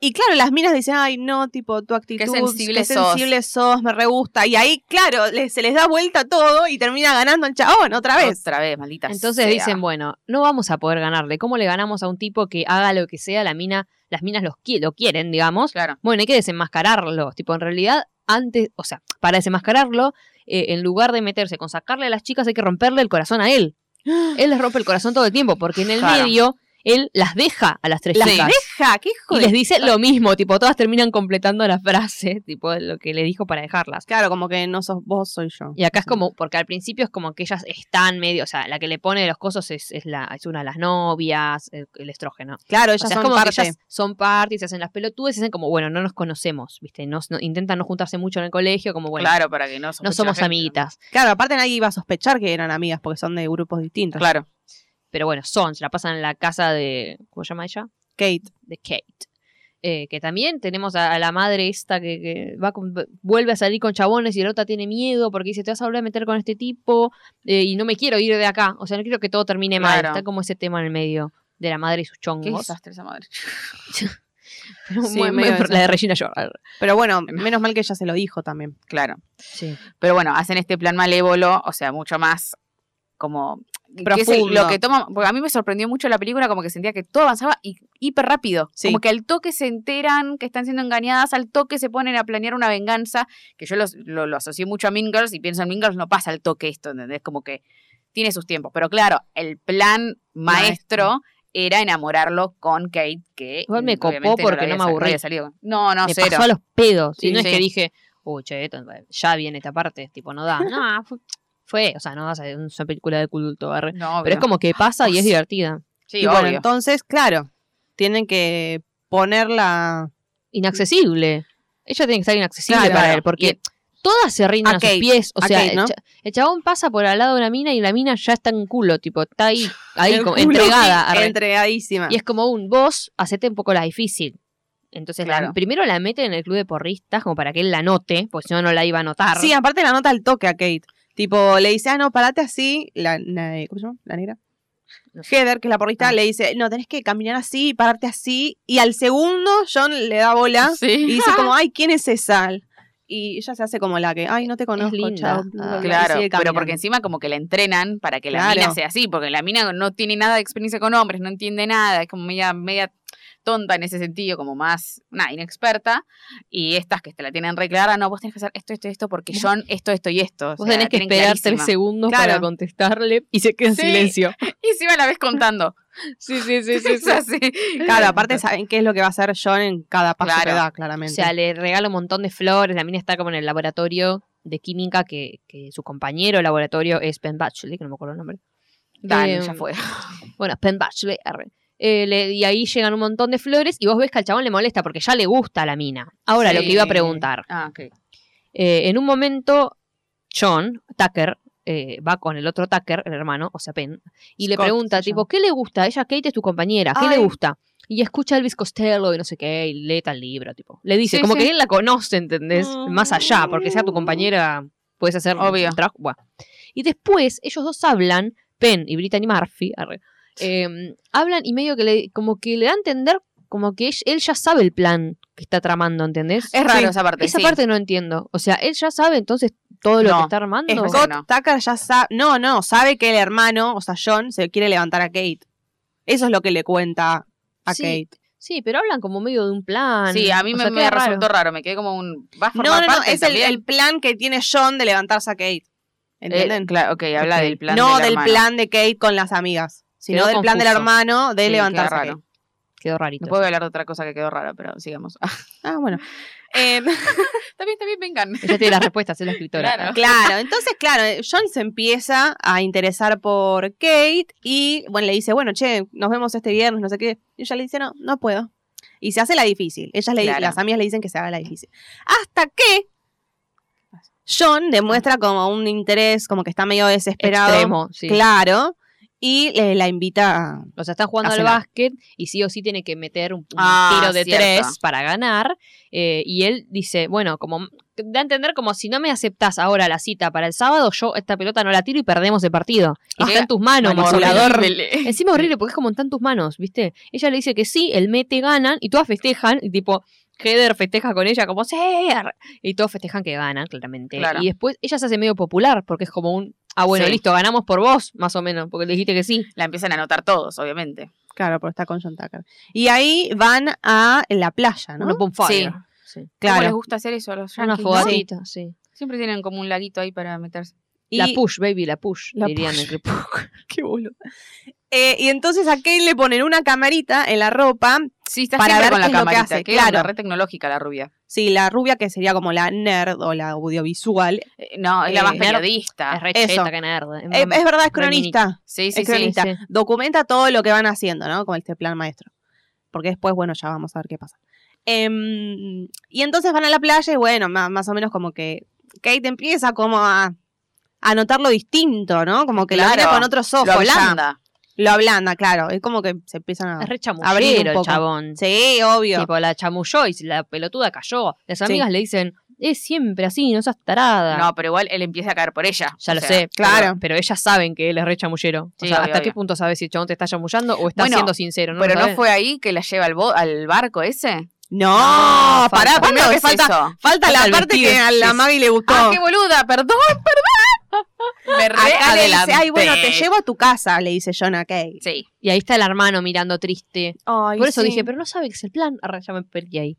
Speaker 2: Y claro, las minas dicen, ay, no, tipo, tu actitud,
Speaker 1: sensible sos.
Speaker 2: sensible sos, me re gusta. Y ahí, claro, le- se les da vuelta todo y termina ganando el chabón otra vez.
Speaker 1: Otra vez, maldita
Speaker 3: Entonces
Speaker 1: sea.
Speaker 3: dicen, bueno, no vamos a poder ganarle. ¿Cómo le ganamos a un tipo que haga lo que sea? La mina, las minas los qui- lo quieren, digamos.
Speaker 1: Claro.
Speaker 3: Bueno, hay que desenmascararlo. Tipo, en realidad, antes, o sea, para desenmascararlo, eh, en lugar de meterse con sacarle a las chicas, hay que romperle el corazón a él. Él les rompe el corazón todo el tiempo, porque en el
Speaker 1: Claro.
Speaker 3: medio, él las deja a las tres
Speaker 2: Las
Speaker 3: chicas.
Speaker 2: deja, qué hijo
Speaker 3: Y
Speaker 2: de-
Speaker 3: les dice lo mismo, tipo, todas terminan completando la frase, *laughs* tipo, lo que le dijo para dejarlas.
Speaker 2: Claro, como que no sos vos, soy yo.
Speaker 3: Y acá es como, porque al principio es como que ellas están medio, o sea, la que le pone los cosos es, es la, es una de las novias, el, el estrógeno.
Speaker 2: Claro,
Speaker 3: O
Speaker 2: ellas
Speaker 3: sea, es
Speaker 2: son
Speaker 3: como
Speaker 2: parte.
Speaker 3: que ellas son parte y se hacen las pelotudes y dicen como, bueno, no nos conocemos, ¿viste? No, no- intentan no juntarse mucho en el colegio, como, bueno,
Speaker 1: claro, para que no,
Speaker 3: no
Speaker 1: sospeche la
Speaker 3: somos
Speaker 1: gente,
Speaker 3: amiguitas.
Speaker 2: Claro, aparte nadie iba a sospechar que eran amigas porque son de grupos
Speaker 1: ¿no?
Speaker 2: distintos.
Speaker 1: Claro.
Speaker 3: Pero bueno, son, se la pasan en la casa de, ¿cómo se llama ella?
Speaker 2: Kate.
Speaker 3: de Kate. Eh, que también tenemos a, a la madre esta que, que va con- vuelve a salir con chabones y la otra tiene miedo porque dice, te vas a volver a meter con este tipo eh, y no me quiero ir de acá. O sea, no quiero que todo termine mal.
Speaker 1: Claro.
Speaker 3: Está como ese tema en el medio de la madre y sus
Speaker 1: Qué
Speaker 3: chongos.
Speaker 1: desastre esa madre.
Speaker 3: Pero
Speaker 2: Sí,
Speaker 3: *laughs* muy- muy-
Speaker 2: medio
Speaker 3: la de Regina
Speaker 1: Ah,
Speaker 3: George.
Speaker 2: Pero bueno, menos mal que ella se lo dijo también.
Speaker 1: Claro. Pero bueno, hacen este plan malévolo, o sea, mucho más como que es el-
Speaker 2: Profundo.
Speaker 1: lo que toma, porque a mí me sorprendió mucho la película, como que sentía que todo avanzaba hi- hiper rápido.
Speaker 2: Sí.
Speaker 1: Como que al toque se enteran que están siendo engañadas, al toque se ponen a planear una venganza, que yo los- lo, lo asocié mucho a Mean Girls y pienso en Mean Girls, no pasa al toque esto, ¿entendés? Como que tiene sus tiempos. Pero claro, el plan maestro, era enamorarlo con Kate, que
Speaker 3: Igual me
Speaker 1: mm,
Speaker 3: copó
Speaker 1: obviamente
Speaker 3: porque
Speaker 1: lo había
Speaker 3: no me
Speaker 1: sa-
Speaker 3: aburrí.
Speaker 1: había salido. No, no,
Speaker 3: me
Speaker 1: cero.
Speaker 3: pasó a los pedos. y
Speaker 1: Sí,
Speaker 3: no
Speaker 1: sí.
Speaker 3: es que dije, uy, che, esto- ya viene esta parte. Tipo, no da. No, fue, fue, o sea, no da, es una película de
Speaker 1: *laughs*
Speaker 3: culto. arre.
Speaker 1: No,
Speaker 3: Pero es
Speaker 1: obvio.
Speaker 3: como que pasa y es divertida.
Speaker 1: Sí,
Speaker 2: y bueno,
Speaker 1: obvio.
Speaker 2: entonces, claro, tienen que ponerla.
Speaker 3: inaccesible. Ella tiene que estar inaccesible
Speaker 1: Claro.
Speaker 3: para él, porque
Speaker 1: Y-
Speaker 3: todas se rinden
Speaker 2: A
Speaker 3: a,
Speaker 2: Kate,
Speaker 3: sus pies. O
Speaker 2: a
Speaker 3: sea,
Speaker 2: Kate, ¿no?
Speaker 3: el, cha- el chabón pasa por al lado de una mina y la mina ya está en culo, tipo, está ahí, ahí
Speaker 2: El
Speaker 3: como
Speaker 2: culo, *laughs*
Speaker 3: entregada.
Speaker 2: sí,
Speaker 3: arre.
Speaker 2: entregadísima.
Speaker 3: Y es como un vos, hacete un poco la difícil. Entonces, la-
Speaker 1: Claro.
Speaker 3: primero la mete en el club de porristas, como para que él la note, porque si no, no la iba a notar.
Speaker 2: Sí, aparte la nota al toque a Kate. Tipo, le dice, ah, no, parate así. La, la- ¿Cómo se llama? La negra.
Speaker 3: No sé.
Speaker 2: Heather, que es la porrista,
Speaker 3: Ah.
Speaker 2: le dice, no, tenés que caminar así, pararte así. Y al segundo, John le da bola y
Speaker 1: *laughs* Sí.
Speaker 2: dice como, ay, ¿quién es esa? Y ella se hace como la que, ay, no te conozco,
Speaker 3: linda.
Speaker 2: chao.
Speaker 3: Ah.
Speaker 2: Y
Speaker 1: Claro, pero
Speaker 2: sigue caminando.
Speaker 1: porque encima como que la entrenan para que la
Speaker 2: Claro.
Speaker 1: mina sea así, porque la mina no tiene nada de experiencia con hombres, no entiende nada, es como media, media tonta en ese sentido, como más, nada, inexperta, y estas que te la tienen re clara, no, vos tenés que hacer esto, esto, esto, porque John, esto, esto y esto. o
Speaker 3: Vos
Speaker 1: sea,
Speaker 3: tenés que
Speaker 1: tienen
Speaker 3: esperar
Speaker 1: clarísima.
Speaker 3: tres segundos
Speaker 2: Claro.
Speaker 3: para contestarle y se queda en
Speaker 1: Sí.
Speaker 3: silencio.
Speaker 1: Y encima la ves contando,
Speaker 3: *laughs* Sí, sí, sí, sí.
Speaker 1: *laughs* Es así.
Speaker 2: Claro,
Speaker 1: *laughs*
Speaker 2: aparte saben qué es lo que va a hacer John en cada paso
Speaker 1: Claro.
Speaker 2: que da,
Speaker 3: O
Speaker 2: claramente.
Speaker 3: sea, le regala un montón de flores. La mina está como en el laboratorio de química que, que su compañero de laboratorio es Ben Batchley, que no me acuerdo el nombre.
Speaker 1: Dale,
Speaker 3: Eh,
Speaker 1: ya
Speaker 3: *laughs*
Speaker 1: fue.
Speaker 3: Bueno, Ben Batchley, arre. Eh, le- y ahí llegan un montón de flores y vos ves que al chabón le molesta porque ya le gusta la mina. Ahora, lo que iba a
Speaker 1: Sí.
Speaker 3: preguntar.
Speaker 1: Ah, ok.
Speaker 3: Eh, en un momento, John, Tucker, eh, va con el otro Tucker, el hermano, o sea, Penn, y le
Speaker 2: Scott
Speaker 3: pregunta,
Speaker 2: se
Speaker 3: tipo, ¿qué le gusta? Ella, Kate, es tu compañera, ¿qué le
Speaker 2: Ay.
Speaker 3: gusta? Y escucha a Elvis Costello y no sé qué, y lee tal libro, tipo. Le dice,
Speaker 1: Sí,
Speaker 3: como
Speaker 1: sí.
Speaker 3: que él la conoce, ¿entendés?
Speaker 2: Mm.
Speaker 3: Más allá, porque sea tu compañera, puedes hacer
Speaker 1: Obvio.
Speaker 3: un trabajo. buah. Y después, ellos dos hablan, Penn y Brittany Murphy, arre, eh, hablan y medio que le, como que le da a entender como que ella- él ya sabe el plan que está tramando, ¿entendés?
Speaker 1: Es raro
Speaker 2: Sí,
Speaker 1: esa parte.
Speaker 3: Esa
Speaker 1: sí.
Speaker 3: parte no entiendo. O sea, él ya sabe entonces todo lo
Speaker 1: No,
Speaker 3: que está armando.
Speaker 1: es
Speaker 2: Scott
Speaker 1: no.
Speaker 2: Tucker ya sabe. No, no, sabe que el hermano, o sea, John, se quiere levantar a Kate. Eso es lo que le cuenta a
Speaker 3: Sí,
Speaker 2: Kate.
Speaker 3: Sí, pero hablan como medio de un plan.
Speaker 1: Sí, a mí
Speaker 3: O
Speaker 1: me,
Speaker 3: sea,
Speaker 1: me
Speaker 3: queda raro.
Speaker 1: resultó raro. Me quedé como un. ¿Vas a
Speaker 2: No,
Speaker 1: formar
Speaker 2: no, no,
Speaker 1: parte
Speaker 2: es el,
Speaker 1: también?
Speaker 2: el plan que tiene John de levantarse a Kate. ¿Entienden?
Speaker 1: Eh, claro, ok, habla
Speaker 3: Ok.
Speaker 1: del plan.
Speaker 2: no
Speaker 1: del,
Speaker 2: del
Speaker 1: hermano.
Speaker 2: plan de Kate con las amigas, sino
Speaker 3: Quedó
Speaker 2: del plan del
Speaker 3: confuso.
Speaker 2: hermano de
Speaker 1: Sí,
Speaker 2: levantarse
Speaker 1: queda
Speaker 2: a
Speaker 1: raro.
Speaker 2: Kate.
Speaker 3: Quedó rarito.
Speaker 1: No puedo hablar de otra cosa que quedó rara, pero sigamos. *laughs*
Speaker 2: Ah, bueno.
Speaker 1: Eh, *laughs* también, también vengan.
Speaker 3: Ella tiene las respuestas, es la escritora.
Speaker 1: Claro.
Speaker 2: Claro, entonces, claro, eh, John se empieza a interesar por Kate y, bueno, le dice, bueno, che, nos vemos este viernes, no sé qué. Y ella le dice, no, no puedo. Y se hace la difícil. Ellas le,
Speaker 1: Claro.
Speaker 2: Las amigas le dicen que se haga la difícil. Hasta que John demuestra como un interés, como que está medio desesperado.
Speaker 3: Extremo, sí.
Speaker 2: Claro. Y eh, la invita a,
Speaker 3: O sea, está jugando
Speaker 2: A
Speaker 3: al
Speaker 2: cenar.
Speaker 3: básquet y sí o sí tiene que meter un, un
Speaker 1: Ah,
Speaker 3: tiro de
Speaker 1: cierto.
Speaker 3: tres para ganar. eh, y él dice, bueno, como da a entender como si no me aceptás ahora la cita para el sábado, yo esta pelota no la tiro y perdemos el partido.
Speaker 1: Ah,
Speaker 3: Está en tus manos,
Speaker 2: manipulador.
Speaker 1: *laughs*
Speaker 3: manipulador.
Speaker 1: Horrible.
Speaker 3: Encima horrible porque es como están tus manos, ¿viste? Ella le dice que sí, él mete, ganan y todas festejan y tipo Heather festeja con ella como sí ar-". y todos festejan que ganan claramente.
Speaker 1: Claro.
Speaker 3: Y después ella se hace medio popular porque es como un ah bueno,
Speaker 1: Sí.
Speaker 3: listo, ganamos por vos, más o menos, porque le dijiste que sí.
Speaker 1: La empiezan a notar todos, obviamente.
Speaker 2: Claro, porque está con John Tucker. Y ahí van a la playa, ¿no?
Speaker 3: Uno bonfire. Sí.
Speaker 1: ¿Cómo les
Speaker 2: claro.
Speaker 1: gusta hacer eso a los
Speaker 3: Una
Speaker 1: yankees? no?
Speaker 3: fogatita, sí.
Speaker 1: Siempre tienen como un laguito ahí para meterse.
Speaker 2: Y,
Speaker 3: La push, baby, la push,
Speaker 2: La
Speaker 3: dirían
Speaker 2: push.
Speaker 3: en Crepúsculo.
Speaker 2: *laughs* Qué boludo. Eh, y entonces a Kate le ponen una camarita en la ropa.
Speaker 1: Sí, está
Speaker 2: Para
Speaker 1: siempre con
Speaker 2: ver qué
Speaker 1: la
Speaker 2: es lo que
Speaker 1: camarita.
Speaker 2: hace,
Speaker 1: Qué onda,
Speaker 2: claro.
Speaker 1: re tecnológica la rubia.
Speaker 2: Sí, la rubia que sería como la nerd o la audiovisual.
Speaker 1: Eh, No, es la
Speaker 2: Eh,
Speaker 1: más
Speaker 2: nerd.
Speaker 1: periodista.
Speaker 3: Es re
Speaker 2: Eso.
Speaker 3: cheta que nerd. Es
Speaker 2: Eh, es verdad, es cronista.
Speaker 1: Sí, sí,
Speaker 2: Es
Speaker 1: sí.
Speaker 2: cronista.
Speaker 3: sí.
Speaker 2: Documenta todo lo que van haciendo, ¿no? Como este plan maestro. Porque después, bueno, ya vamos a ver qué pasa. Em, y entonces van a la playa y bueno, ma- más, o menos como que Kate empieza como a, a notar lo distinto, ¿no? Como que la
Speaker 1: Claro.
Speaker 2: mira con otros ojos.
Speaker 1: Lo
Speaker 2: ya.
Speaker 1: ablanda.
Speaker 2: Lo ablanda, claro. Es como que se empiezan a...
Speaker 3: Es re
Speaker 2: Abrir un
Speaker 3: chamullero el
Speaker 2: poco.
Speaker 3: chabón.
Speaker 2: Sí, obvio.
Speaker 3: Tipo, la chamulló y la pelotuda cayó. Las
Speaker 2: Sí.
Speaker 3: amigas le dicen, es siempre así, no seas tarada.
Speaker 1: No, pero igual él empieza a caer por ella.
Speaker 3: ya
Speaker 1: O
Speaker 3: lo
Speaker 1: sea,
Speaker 3: sé,
Speaker 2: claro.
Speaker 3: Pero, pero ellas saben que él es re chamullero.
Speaker 1: Sí,
Speaker 3: o sea,
Speaker 1: obvio,
Speaker 3: ¿hasta qué
Speaker 1: obvio.
Speaker 3: punto sabes si el chabón te está chamullando o está
Speaker 1: Bueno,
Speaker 3: siendo sincero? No
Speaker 1: Pero
Speaker 3: lo
Speaker 1: no
Speaker 3: sabés.
Speaker 1: fue ahí que la lleva al, bo- al barco ese.
Speaker 2: No,
Speaker 3: Ah,
Speaker 2: pará,
Speaker 3: falta.
Speaker 2: primero
Speaker 1: ¿Cuándo
Speaker 2: que
Speaker 1: es
Speaker 2: falta,
Speaker 1: eso?
Speaker 2: falta
Speaker 3: Falta
Speaker 2: la
Speaker 3: el
Speaker 2: parte
Speaker 3: vestido.
Speaker 2: que a la
Speaker 3: Sí,
Speaker 2: Mavi le gustó.
Speaker 1: Ah, qué boluda, perdón, perdón. Me re
Speaker 2: Acá le dice,
Speaker 1: adelanté.
Speaker 2: ay, bueno, te llevo a tu casa, le dice John a Kate.
Speaker 1: Sí.
Speaker 3: Y ahí está el hermano mirando triste.
Speaker 2: Ay,
Speaker 3: Por eso
Speaker 2: sí.
Speaker 3: dije, pero no sabe que es el plan. Arre, ya me perdí ahí.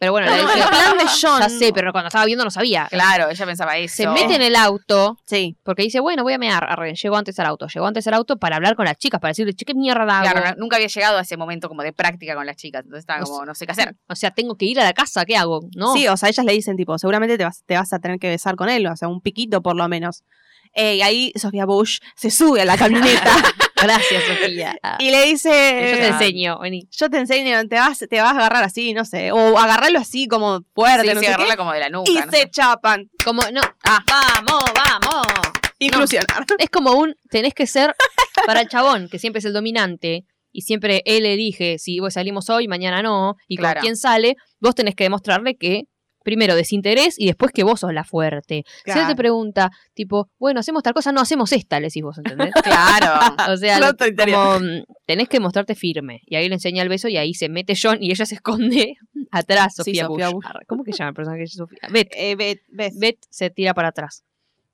Speaker 3: Pero bueno,
Speaker 2: No,
Speaker 3: le
Speaker 2: no,
Speaker 3: dije,
Speaker 2: el plan de John.
Speaker 3: ya sé, pero cuando estaba viendo no sabía.
Speaker 1: Claro, ella pensaba eso.
Speaker 3: Se mete en el auto
Speaker 2: Sí,
Speaker 3: porque dice, bueno, voy a mear. Arre, llego antes al auto. Llegó antes al auto para hablar con las chicas, para decirle, che, qué mierda hago?".
Speaker 1: Claro, no- nunca había llegado a ese momento como de práctica con las chicas. Entonces estaba
Speaker 3: No
Speaker 1: como,
Speaker 3: sé.
Speaker 1: no sé qué hacer.
Speaker 3: O sea, tengo que ir a la casa, ¿qué hago? No.
Speaker 2: sí, o sea, ellas le dicen, tipo, seguramente te vas, te vas a tener que besar con él, o sea, un piquito por lo menos. Eh, y ahí Sofía Bush se sube a la camioneta *laughs*
Speaker 3: Gracias, Sofía.
Speaker 2: y le dice,
Speaker 3: Yo te
Speaker 1: Eh,
Speaker 3: enseño, vení.
Speaker 2: yo te enseño, te vas, te vas a agarrar así, no sé, o agarrarlo así como fuerte,
Speaker 1: Sí,
Speaker 2: no
Speaker 1: sí,
Speaker 2: sé
Speaker 1: agarrarla
Speaker 2: qué,
Speaker 1: como de la nuca.
Speaker 2: y
Speaker 1: no *laughs*
Speaker 2: se
Speaker 1: sé.
Speaker 2: chapan.
Speaker 3: Como, no, ah, vamos, vamos.
Speaker 2: *laughs* Inclusionar.
Speaker 3: Es como un, tenés que ser para el chabón, que siempre es el dominante, y siempre él elige si vos salimos hoy, mañana no, y
Speaker 1: Claro.
Speaker 3: con quién sale, vos tenés que demostrarle que primero desinterés y después que vos sos la fuerte. Si él te
Speaker 2: Claro.
Speaker 3: pregunta, tipo, bueno, hacemos tal cosa, no, hacemos esta, le decís vos, *laughs* ¿entendés?
Speaker 1: Claro.
Speaker 3: O sea,
Speaker 2: Plato interior.
Speaker 3: como, mm, tenés que mostrarte firme. Y ahí le enseña el beso y ahí se mete John y ella se esconde *laughs* atrás,
Speaker 2: Sí,
Speaker 3: Sofía,
Speaker 2: Sofía
Speaker 3: Bush.
Speaker 2: Bush.
Speaker 3: Arre, ¿Cómo que se llama el personaje de Sofía? Beth.
Speaker 2: Eh, ve- ves.
Speaker 3: Beth se tira para atrás.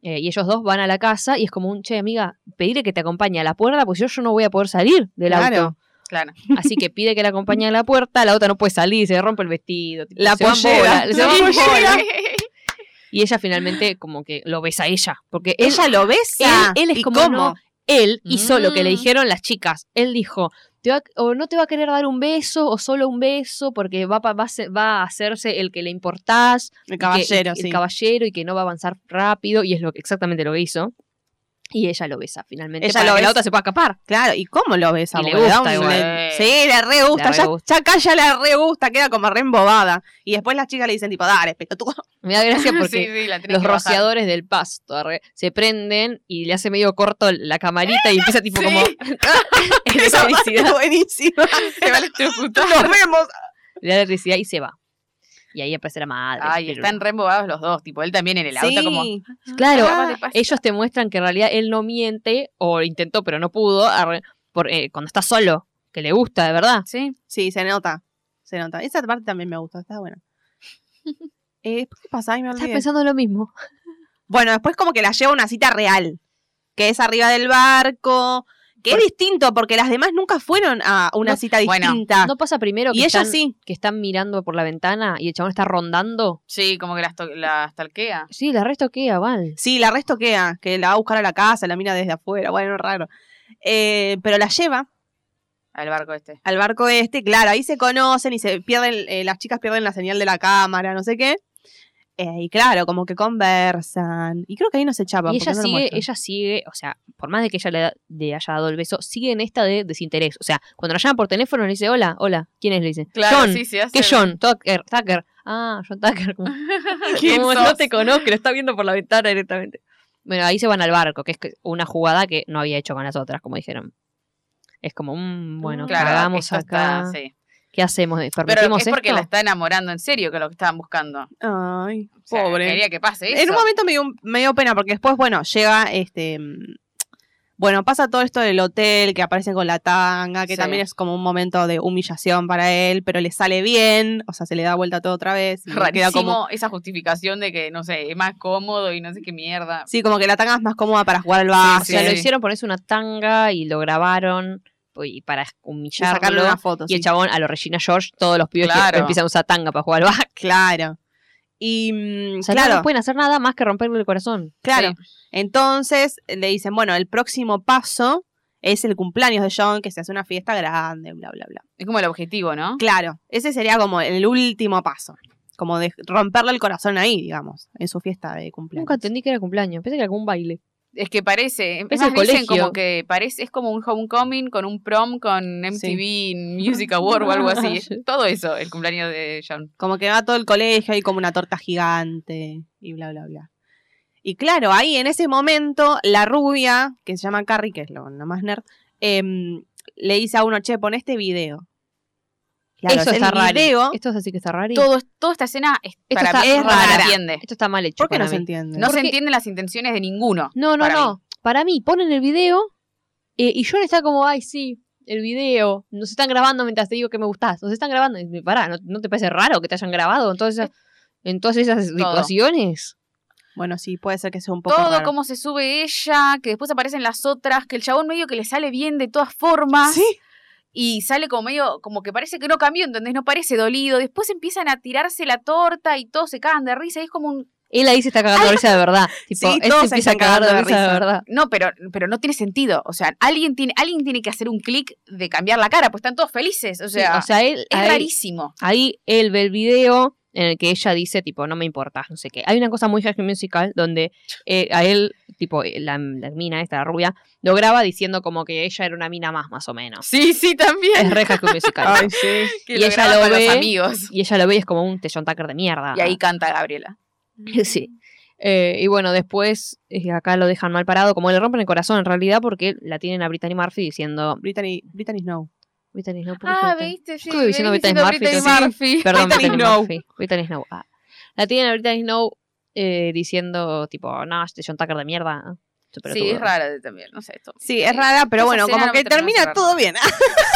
Speaker 3: Eh, y ellos dos van a la casa y es como un, che, amiga, pedirle que te acompañe a la puerta porque yo, yo no voy a poder salir del
Speaker 2: Claro. *laughs*
Speaker 3: auto.
Speaker 1: Claro.
Speaker 3: Así que pide que la acompañe a la puerta, la otra no puede salir, se rompe el vestido. tipo,
Speaker 2: La
Speaker 3: se van
Speaker 2: pollera.
Speaker 3: bola, se
Speaker 2: La
Speaker 3: van
Speaker 2: pollera.
Speaker 3: bola. Y ella finalmente como que lo besa a ella. Porque él-
Speaker 2: Ella lo besa.
Speaker 3: él, él es
Speaker 2: ¿Y
Speaker 3: como,
Speaker 2: cómo?
Speaker 3: no, él hizo lo que le
Speaker 1: Mm.
Speaker 3: dijeron las chicas. Él dijo, "Te va- o no te va a querer dar un beso, o solo un beso, porque va, pa- va, a se- va a hacerse el que le importás,
Speaker 2: El
Speaker 3: que-
Speaker 2: caballero,
Speaker 3: el,
Speaker 2: sí.
Speaker 3: caballero y que no va a avanzar rápido, y es lo, exactamente lo que hizo. Y ella lo besa finalmente.
Speaker 2: Ella
Speaker 3: para
Speaker 2: lo
Speaker 3: que la
Speaker 2: besa.
Speaker 3: otra se pueda escapar.
Speaker 2: Claro, ¿y cómo lo ves a
Speaker 3: Y le
Speaker 2: Boca? Da
Speaker 3: gusta
Speaker 2: un-
Speaker 1: igual.
Speaker 2: Sí, le re gusta.
Speaker 3: Le re
Speaker 2: ya,
Speaker 3: gusta.
Speaker 2: ya acá ya le re gusta, queda como re embobada. Y después las chicas le dicen, tipo, dale, pelotudo.
Speaker 3: *laughs* Me da gracia porque
Speaker 1: *laughs* Sí, sí, la tenés
Speaker 3: los
Speaker 1: que bajar.
Speaker 3: rociadores del pasto arre, se prenden y le hace medio corto la camarita y empieza tipo
Speaker 1: Sí.
Speaker 3: como *laughs*
Speaker 1: *laughs*
Speaker 3: es de felicidad, *laughs*
Speaker 2: Buenísima. *laughs*
Speaker 1: Se va a electrocutar.
Speaker 2: Nos vemos.
Speaker 3: le da electricidad y se va. Y ahí aparece la madre.
Speaker 1: Ay,
Speaker 3: pero-
Speaker 1: están re embobados los dos, tipo, él también en el auto
Speaker 2: Sí.
Speaker 1: como...
Speaker 3: Claro,
Speaker 1: Ah, de pasto.
Speaker 3: ellos te muestran que en realidad él no miente o intentó pero no pudo arre, por, eh, cuando está solo, que le gusta de verdad.
Speaker 1: Sí,
Speaker 2: Sí, se nota. Se nota. Esa parte también me gusta, está
Speaker 3: *laughs*
Speaker 2: buena. Eh, después, ¿Qué pasa? Ay, me
Speaker 3: Estás
Speaker 2: olvidé.
Speaker 3: pensando lo mismo.
Speaker 2: Bueno, después como que la lleva a una cita real, que es arriba del barco, que es distinto, porque las demás nunca fueron a una
Speaker 3: No,
Speaker 2: cita
Speaker 1: bueno,
Speaker 2: distinta.
Speaker 3: ¿No pasa primero que,
Speaker 2: y ella
Speaker 3: están,
Speaker 2: sí.
Speaker 3: que están mirando por la ventana y el chabón está rondando?
Speaker 1: sí, como que las, to- las talquea.
Speaker 3: Sí, la resto queda, Val.
Speaker 2: Sí, la resto queda, que la va a buscar a la casa, la mira desde afuera, bueno, raro. Eh, pero la lleva
Speaker 1: Al barco este.
Speaker 2: al barco este, claro, ahí se conocen y se pierden, eh, las chicas pierden la señal de la cámara, no sé qué. Eh, y claro, como que conversan. Y creo que ahí no se chapan.
Speaker 3: Y
Speaker 2: porque
Speaker 3: ella
Speaker 2: no lo
Speaker 3: sigue,
Speaker 2: muestran.
Speaker 3: ella sigue, o sea, por más de que ella le, da- le haya dado el beso, sigue en esta de desinterés. O sea, cuando la llaman por teléfono le dice, hola, hola, ¿quién es? Le dice, John.
Speaker 1: sí, sí, hace
Speaker 3: ¿Qué John? Tucker, Tucker. Ah, John Tucker.
Speaker 1: *laughs*
Speaker 3: Como,
Speaker 1: ¿Quién
Speaker 3: como no
Speaker 1: sos?
Speaker 3: te conozco, lo está viendo por la ventana directamente. Bueno, ahí se van al barco, que es que- una jugada que no había hecho con las otras, como dijeron. Es como, mm, bueno,
Speaker 1: Claro,
Speaker 3: cagamos
Speaker 1: esto
Speaker 3: acá.
Speaker 1: está, sí.
Speaker 3: ¿Qué hacemos?
Speaker 1: Pero
Speaker 3: ¿Permitimos
Speaker 1: es porque
Speaker 3: esto?
Speaker 1: la está enamorando en serio, que es lo que estaban buscando.
Speaker 2: Ay,
Speaker 1: O sea,
Speaker 2: pobre.
Speaker 1: Quería que pase eso.
Speaker 2: En un momento me dio, me dio pena porque después, bueno, llega este. mm, Bueno, pasa todo esto del hotel, que aparecen con la tanga, que
Speaker 1: Sí.
Speaker 2: también es como un momento de humillación para él, pero le sale bien, o sea, se le da vuelta todo otra vez. y
Speaker 1: Rarísimo
Speaker 2: queda como,
Speaker 1: esa justificación de que, no sé, es más cómodo y no sé qué mierda.
Speaker 2: sí, como que la tanga es más cómoda para jugar al
Speaker 3: O
Speaker 2: básquet.
Speaker 3: sea,
Speaker 1: Sí.
Speaker 3: lo hicieron ponerse una tanga y lo grabaron pues, y para
Speaker 2: y sacarle
Speaker 3: humillarlo.
Speaker 2: una foto.
Speaker 3: Y
Speaker 2: sí.
Speaker 3: el chabón, a los Regina George, todos los pibes que
Speaker 1: Claro.
Speaker 3: empiezan a usar tanga para jugar al back.
Speaker 2: Claro. Y mm,
Speaker 3: O sea,
Speaker 2: claro,
Speaker 3: no pueden hacer nada más que romperle el corazón.
Speaker 2: claro.
Speaker 1: Sí.
Speaker 2: Entonces le dicen, bueno, el próximo paso es el cumpleaños de John, que se hace una fiesta grande, bla, bla, bla.
Speaker 1: Es como el objetivo, ¿no?
Speaker 2: Claro, ese sería como el último paso. Como de romperle el corazón ahí, digamos, en su fiesta de cumpleaños.
Speaker 3: Nunca entendí que era cumpleaños, pensé que era algún baile.
Speaker 1: Es que parece, es
Speaker 3: Es
Speaker 1: más
Speaker 3: el
Speaker 1: dicen
Speaker 3: colegio.
Speaker 1: como que parece, es como un homecoming con un prom con MTV Music Award o algo
Speaker 2: *laughs*
Speaker 1: así. Es Todo eso, el cumpleaños de John.
Speaker 2: Como que va todo el colegio, hay como una torta gigante y bla, bla, bla. Y claro, ahí en ese momento, la rubia, que se llama Carrie, que es lo, lo más nerd, em, le dice a uno, che, pon este video. Claro,
Speaker 3: Eso
Speaker 2: es
Speaker 3: está
Speaker 2: el
Speaker 3: raro.
Speaker 2: video,
Speaker 3: Esto es así que está raro.
Speaker 1: Todo, toda esta escena es,
Speaker 3: Esto
Speaker 1: para
Speaker 3: está
Speaker 1: mí es
Speaker 2: rara.
Speaker 1: rara. entiende.
Speaker 3: Esto está mal hecho.
Speaker 2: ¿por qué no
Speaker 3: para
Speaker 2: se
Speaker 3: mí.
Speaker 2: entiende?
Speaker 1: No se
Speaker 3: Porque-
Speaker 1: entienden las intenciones de ninguno.
Speaker 3: No, no,
Speaker 1: para
Speaker 3: no. Para mí, ponen el video eh, y John está como, ay, sí, el video. Nos están grabando mientras te digo que me gustás. Nos están grabando. Y, Pará, ¿no, no te parece raro que te hayan grabado en todas esas, en todas esas situaciones?
Speaker 2: Bueno, sí, puede ser que sea un poco
Speaker 1: Todo
Speaker 2: raro.
Speaker 1: cómo se sube ella, que después aparecen las otras, que el chabón medio que le sale bien de todas formas.
Speaker 2: Ah, Sí,
Speaker 1: y sale como medio, como que parece que no cambió, ¿entendés? No parece dolido. Después empiezan a tirarse la torta y todos se cagan de risa. Y es como un.
Speaker 3: Él ahí se está cagando de risa de verdad. Tipo,
Speaker 2: Sí,
Speaker 3: él
Speaker 2: todos
Speaker 3: se
Speaker 2: se
Speaker 3: empieza a
Speaker 2: están
Speaker 3: cagar de risa de verdad.
Speaker 1: No, pero, pero no tiene sentido. O sea, alguien tiene, alguien tiene que hacer un clic de cambiar la cara, pues están todos felices. O
Speaker 3: Sí,
Speaker 1: sea,
Speaker 3: o sea, él,
Speaker 1: es
Speaker 3: a él-
Speaker 1: rarísimo.
Speaker 3: Ahí él ve el video en el que ella dice, tipo, no me importas, no sé qué. Hay una cosa muy High School Musical donde eh, a él, tipo, eh, la, la mina esta, la rubia, lo graba diciendo como que ella era una mina más, más o menos.
Speaker 1: Sí, sí, *laughs*
Speaker 3: Es
Speaker 1: también.
Speaker 3: re High School
Speaker 2: *laughs*
Speaker 3: Musical.
Speaker 2: sí.
Speaker 1: Que
Speaker 3: y
Speaker 1: lo
Speaker 3: ella
Speaker 1: graba
Speaker 3: lo
Speaker 1: con
Speaker 3: ve.
Speaker 1: los amigos.
Speaker 3: Y ella lo ve y es como un John Tucker de mierda.
Speaker 1: Y ahí Ah. canta Gabriela.
Speaker 2: *laughs*
Speaker 3: Sí. Eh, y bueno, después eh, acá lo dejan mal parado, como le rompen el corazón en realidad, porque la tienen a Brittany Murphy diciendo.
Speaker 2: Brittany, Brittany Snow.
Speaker 3: Brittany Snow, por
Speaker 1: Ah,
Speaker 3: ejemplo".
Speaker 1: sí.
Speaker 3: Estuve diciendo Brittany Murphy,
Speaker 1: Brittany Murphy. *laughs*
Speaker 3: Perdón,
Speaker 2: Brittany
Speaker 3: Brittany
Speaker 2: Snow.
Speaker 3: Murphy. Brittany Snow. ah. La tienen a Brittany Snow eh, diciendo, tipo, no, este John Tucker de mierda. ¿no? Este
Speaker 1: Sí,
Speaker 3: pelotudo".
Speaker 1: es rara también, no sé. Esto.
Speaker 2: Sí, es rara, pero
Speaker 1: Esa
Speaker 2: bueno,
Speaker 1: escena
Speaker 2: como
Speaker 1: no
Speaker 2: que
Speaker 1: me terminó de
Speaker 2: termina
Speaker 1: cerrar.
Speaker 2: todo bien.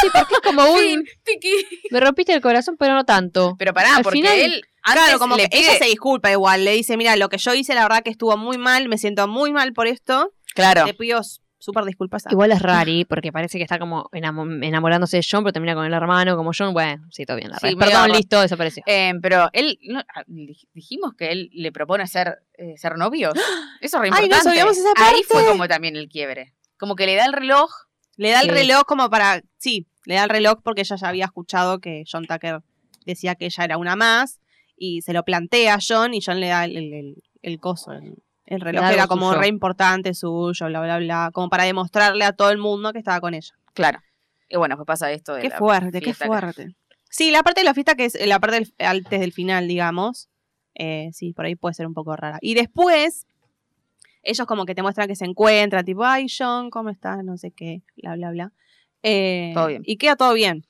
Speaker 3: Sí, porque es *laughs* como
Speaker 1: Fin,
Speaker 3: un.
Speaker 1: tiki.
Speaker 3: Me rompiste el corazón, pero no tanto.
Speaker 1: Pero pará,
Speaker 3: Al
Speaker 1: porque
Speaker 3: final-
Speaker 1: él. Antes
Speaker 2: Claro, como
Speaker 1: le
Speaker 2: que
Speaker 1: pide-
Speaker 2: ella se disculpa igual, le dice, mira, lo que yo hice la verdad que estuvo muy mal, me siento muy mal por esto,
Speaker 1: Claro.
Speaker 2: te pido s- súper disculpas. a-
Speaker 3: Igual es Rari, porque parece que está como enamo- enamorándose de John, pero termina con el hermano, como John. Bueno, sí, todo bien. La
Speaker 1: Sí,
Speaker 3: red.
Speaker 1: medio
Speaker 3: Perdón,
Speaker 1: raro.
Speaker 3: listo, desapareció.
Speaker 1: Eh, pero él, no, ah, dij- dijimos que él
Speaker 2: *gasps*
Speaker 1: le propone ser, eh, ser novios. Eso es re
Speaker 2: Ay, no
Speaker 1: importante.
Speaker 2: sabíamos esa
Speaker 1: Ahí fue
Speaker 2: parte.
Speaker 1: como también el quiebre. Como que le da el reloj.
Speaker 2: Le da el
Speaker 3: Sí.
Speaker 2: reloj como para. Sí, le da el reloj porque ella ya había escuchado que John Tucker decía que ella era una más. Y se lo plantea a John y John le da el, el- el- el coso. El, el reloj
Speaker 3: algo
Speaker 2: era como
Speaker 3: suyo.
Speaker 2: re importante suyo, bla, bla, bla. Como para demostrarle a todo el mundo que estaba con ella.
Speaker 1: Claro. Y bueno, pues pasa esto de
Speaker 2: Qué
Speaker 1: la-
Speaker 2: fuerte, qué
Speaker 1: fiesta que-
Speaker 2: fuerte. Sí, la parte de la fiesta que es eh, la parte del- antes del final, digamos. eh, sí, por ahí puede ser un poco rara. Y después, ellos como que te muestran que se encuentran, tipo, ay, John, ¿cómo estás? No sé qué, bla, bla, bla. Eh,
Speaker 1: Todo bien.
Speaker 2: Y queda todo bien.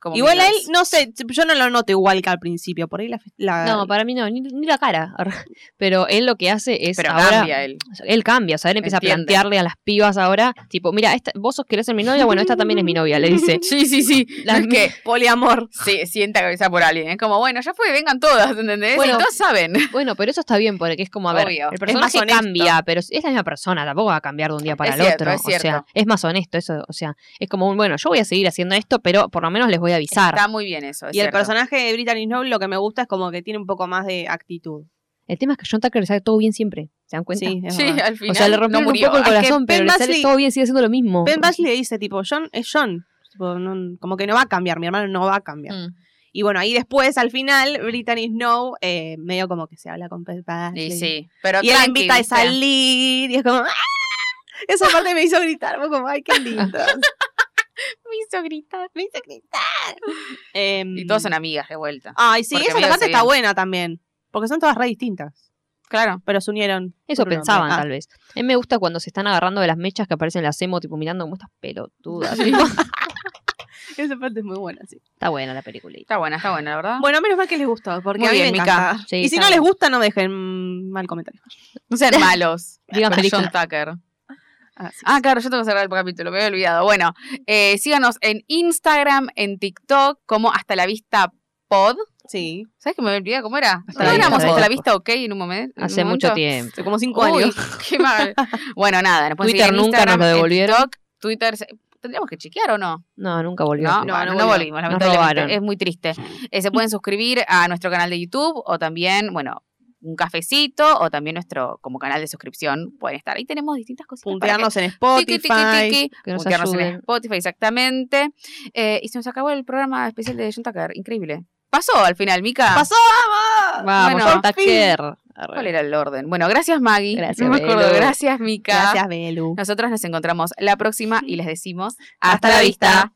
Speaker 1: como
Speaker 2: igual a él,
Speaker 1: Mingles.
Speaker 2: no sé, yo no lo noto igual que al principio. Por ahí la. la-
Speaker 3: No, para mí no, ni, ni la cara. *laughs* Pero él lo que hace es
Speaker 1: Pero
Speaker 3: ahora
Speaker 1: cambia él.
Speaker 3: él cambia, o sea, él empieza a
Speaker 1: Entiende.
Speaker 3: plantearle a las pibas ahora, tipo, mira, esta, vos sos querés ser mi novia, bueno, esta también es mi novia, le
Speaker 1: *laughs*
Speaker 3: dice.
Speaker 1: Sí, sí, sí.
Speaker 3: Las-
Speaker 1: No es que
Speaker 2: Poliamor.
Speaker 1: *laughs* se sienta cabeza por alguien. Es como, bueno, ya fue, vengan todas, ¿entendés?
Speaker 3: Bueno.
Speaker 1: y todas saben.
Speaker 3: Bueno, pero eso está bien, porque es como, a ver,
Speaker 1: Obvio.
Speaker 3: el
Speaker 1: Es
Speaker 2: más
Speaker 3: personaje
Speaker 2: honesto.
Speaker 3: cambia, pero es la misma persona, tampoco va a cambiar de un día para
Speaker 1: Es
Speaker 3: el
Speaker 1: cierto,
Speaker 3: otro.
Speaker 1: es
Speaker 3: O sea,
Speaker 1: cierto.
Speaker 3: es más honesto eso, o sea, es como un, bueno, yo voy a seguir haciendo esto, pero por lo menos les voy a avisar.
Speaker 1: Está muy bien eso.
Speaker 2: Y
Speaker 1: es
Speaker 2: el
Speaker 1: cierto.
Speaker 2: personaje de Brittany Snow lo que me gusta es como que tiene un poco más de actitud.
Speaker 3: El tema es que John Tucker le sale todo bien siempre, ¿se dan cuenta?
Speaker 2: Sí, es
Speaker 1: Sí,
Speaker 2: verdad.
Speaker 1: al final.
Speaker 3: o sea, le
Speaker 1: no
Speaker 3: rompieron un
Speaker 1: murió. Ah,
Speaker 3: poco el
Speaker 1: Es que
Speaker 3: corazón, pero
Speaker 2: Ben
Speaker 3: le sale
Speaker 2: Basley-
Speaker 3: todo bien, sigue haciendo lo mismo.
Speaker 2: Ben Basley le dice, tipo, John es John. Tipo, no- como que no va a cambiar, mi hermano no va a cambiar.
Speaker 1: Mm.
Speaker 2: Y bueno, ahí después, al final, Brittany Snow eh, medio como que se habla con Ben Basley.
Speaker 1: Y sí. Pero
Speaker 2: Y él la
Speaker 1: tranqui,
Speaker 2: invita a
Speaker 1: ¿viste?
Speaker 2: salir y es como... ¡ah! Esa parte me hizo gritar, fue como, ay, qué lindo.
Speaker 1: Me hizo gritar.
Speaker 2: me hizo gritar. Em,
Speaker 1: Y todas son amigas de vuelta.
Speaker 2: Ay, sí,
Speaker 1: Porque
Speaker 2: esa
Speaker 1: medio
Speaker 2: parte
Speaker 1: se
Speaker 2: está
Speaker 1: bien.
Speaker 2: buena también. Porque son todas re distintas.
Speaker 1: Claro.
Speaker 2: Pero se unieron.
Speaker 3: Eso
Speaker 2: por un hombre.
Speaker 3: pensaban,
Speaker 2: Ah,
Speaker 3: tal vez. A mí me gusta cuando se están agarrando de las mechas que aparecen en la CEMO, tipo mirando como estas pelotudas. tipo.
Speaker 2: Esa parte es muy buena, sí.
Speaker 3: *laughs* Está buena la película.
Speaker 1: Está buena, está buena, la verdad.
Speaker 2: Bueno, menos mal que les gustó, porque
Speaker 1: Muy
Speaker 2: a mí
Speaker 1: bien,
Speaker 2: me
Speaker 1: Mica.
Speaker 2: encanta.
Speaker 3: Sí,
Speaker 2: y si
Speaker 3: está
Speaker 2: no les
Speaker 3: bien.
Speaker 2: gusta, no dejen mal comentario.
Speaker 1: No
Speaker 3: *laughs*
Speaker 1: sean malos.
Speaker 3: Digan
Speaker 1: con
Speaker 3: película.
Speaker 1: John Tucker.
Speaker 2: Ah, sí.
Speaker 1: Ah, claro, yo tengo que cerrar el capítulo, me había olvidado. Bueno, eh, síganos en Instagram, en TikTok, como Hasta la Vista Pod.
Speaker 2: Sí.
Speaker 1: ¿Sabes que me había olvidado cómo era?
Speaker 3: Hasta
Speaker 1: ¿No
Speaker 2: la
Speaker 1: éramos
Speaker 2: Vista
Speaker 1: Hasta la
Speaker 3: Pod.
Speaker 1: Vista OK en un momen- en un momento?
Speaker 3: Hace mucho tiempo.
Speaker 2: Hace como cinco
Speaker 1: Uy,
Speaker 2: años.
Speaker 1: *laughs* qué mal. Bueno, nada, nos pueden
Speaker 3: Twitter
Speaker 1: seguir en
Speaker 3: nunca nos
Speaker 1: Instagram,
Speaker 3: lo
Speaker 1: en
Speaker 3: devolvieron.
Speaker 1: TikTok, Twitter, se- ¿tendríamos que chequear o no?
Speaker 3: No, nunca volvió.
Speaker 1: No,
Speaker 2: no
Speaker 1: bueno, no,
Speaker 2: volvió.
Speaker 1: volvimos,
Speaker 3: Nos
Speaker 1: lamentablemente.
Speaker 3: robaron.
Speaker 1: es muy triste. Eh, se pueden suscribir a nuestro canal de YouTube o también, bueno, un cafecito o también nuestro como canal de suscripción pueden estar. Ahí tenemos distintas cositas. para que-
Speaker 2: puntearnos en
Speaker 1: Tiki, tiki,
Speaker 2: Spotify.
Speaker 1: tiki.
Speaker 3: que nos
Speaker 1: Puntearnos en
Speaker 3: ayuden.
Speaker 1: Spotify, exactamente. Eh, y se nos acabó el programa especial de John Tucker. Increíble. Pasó al final, Mica.
Speaker 2: ¡Pasó! ¡Vamos!
Speaker 3: Vamos,
Speaker 1: Bueno,
Speaker 3: John Tucker.
Speaker 1: ¿Cuál era el orden? Bueno, gracias Maggie.
Speaker 3: Gracias,
Speaker 1: No me acuerdo.
Speaker 3: Belu.
Speaker 1: Gracias, Mica.
Speaker 2: Gracias, Belu.
Speaker 1: Nosotros nos encontramos la próxima y les decimos
Speaker 2: Hasta la vista.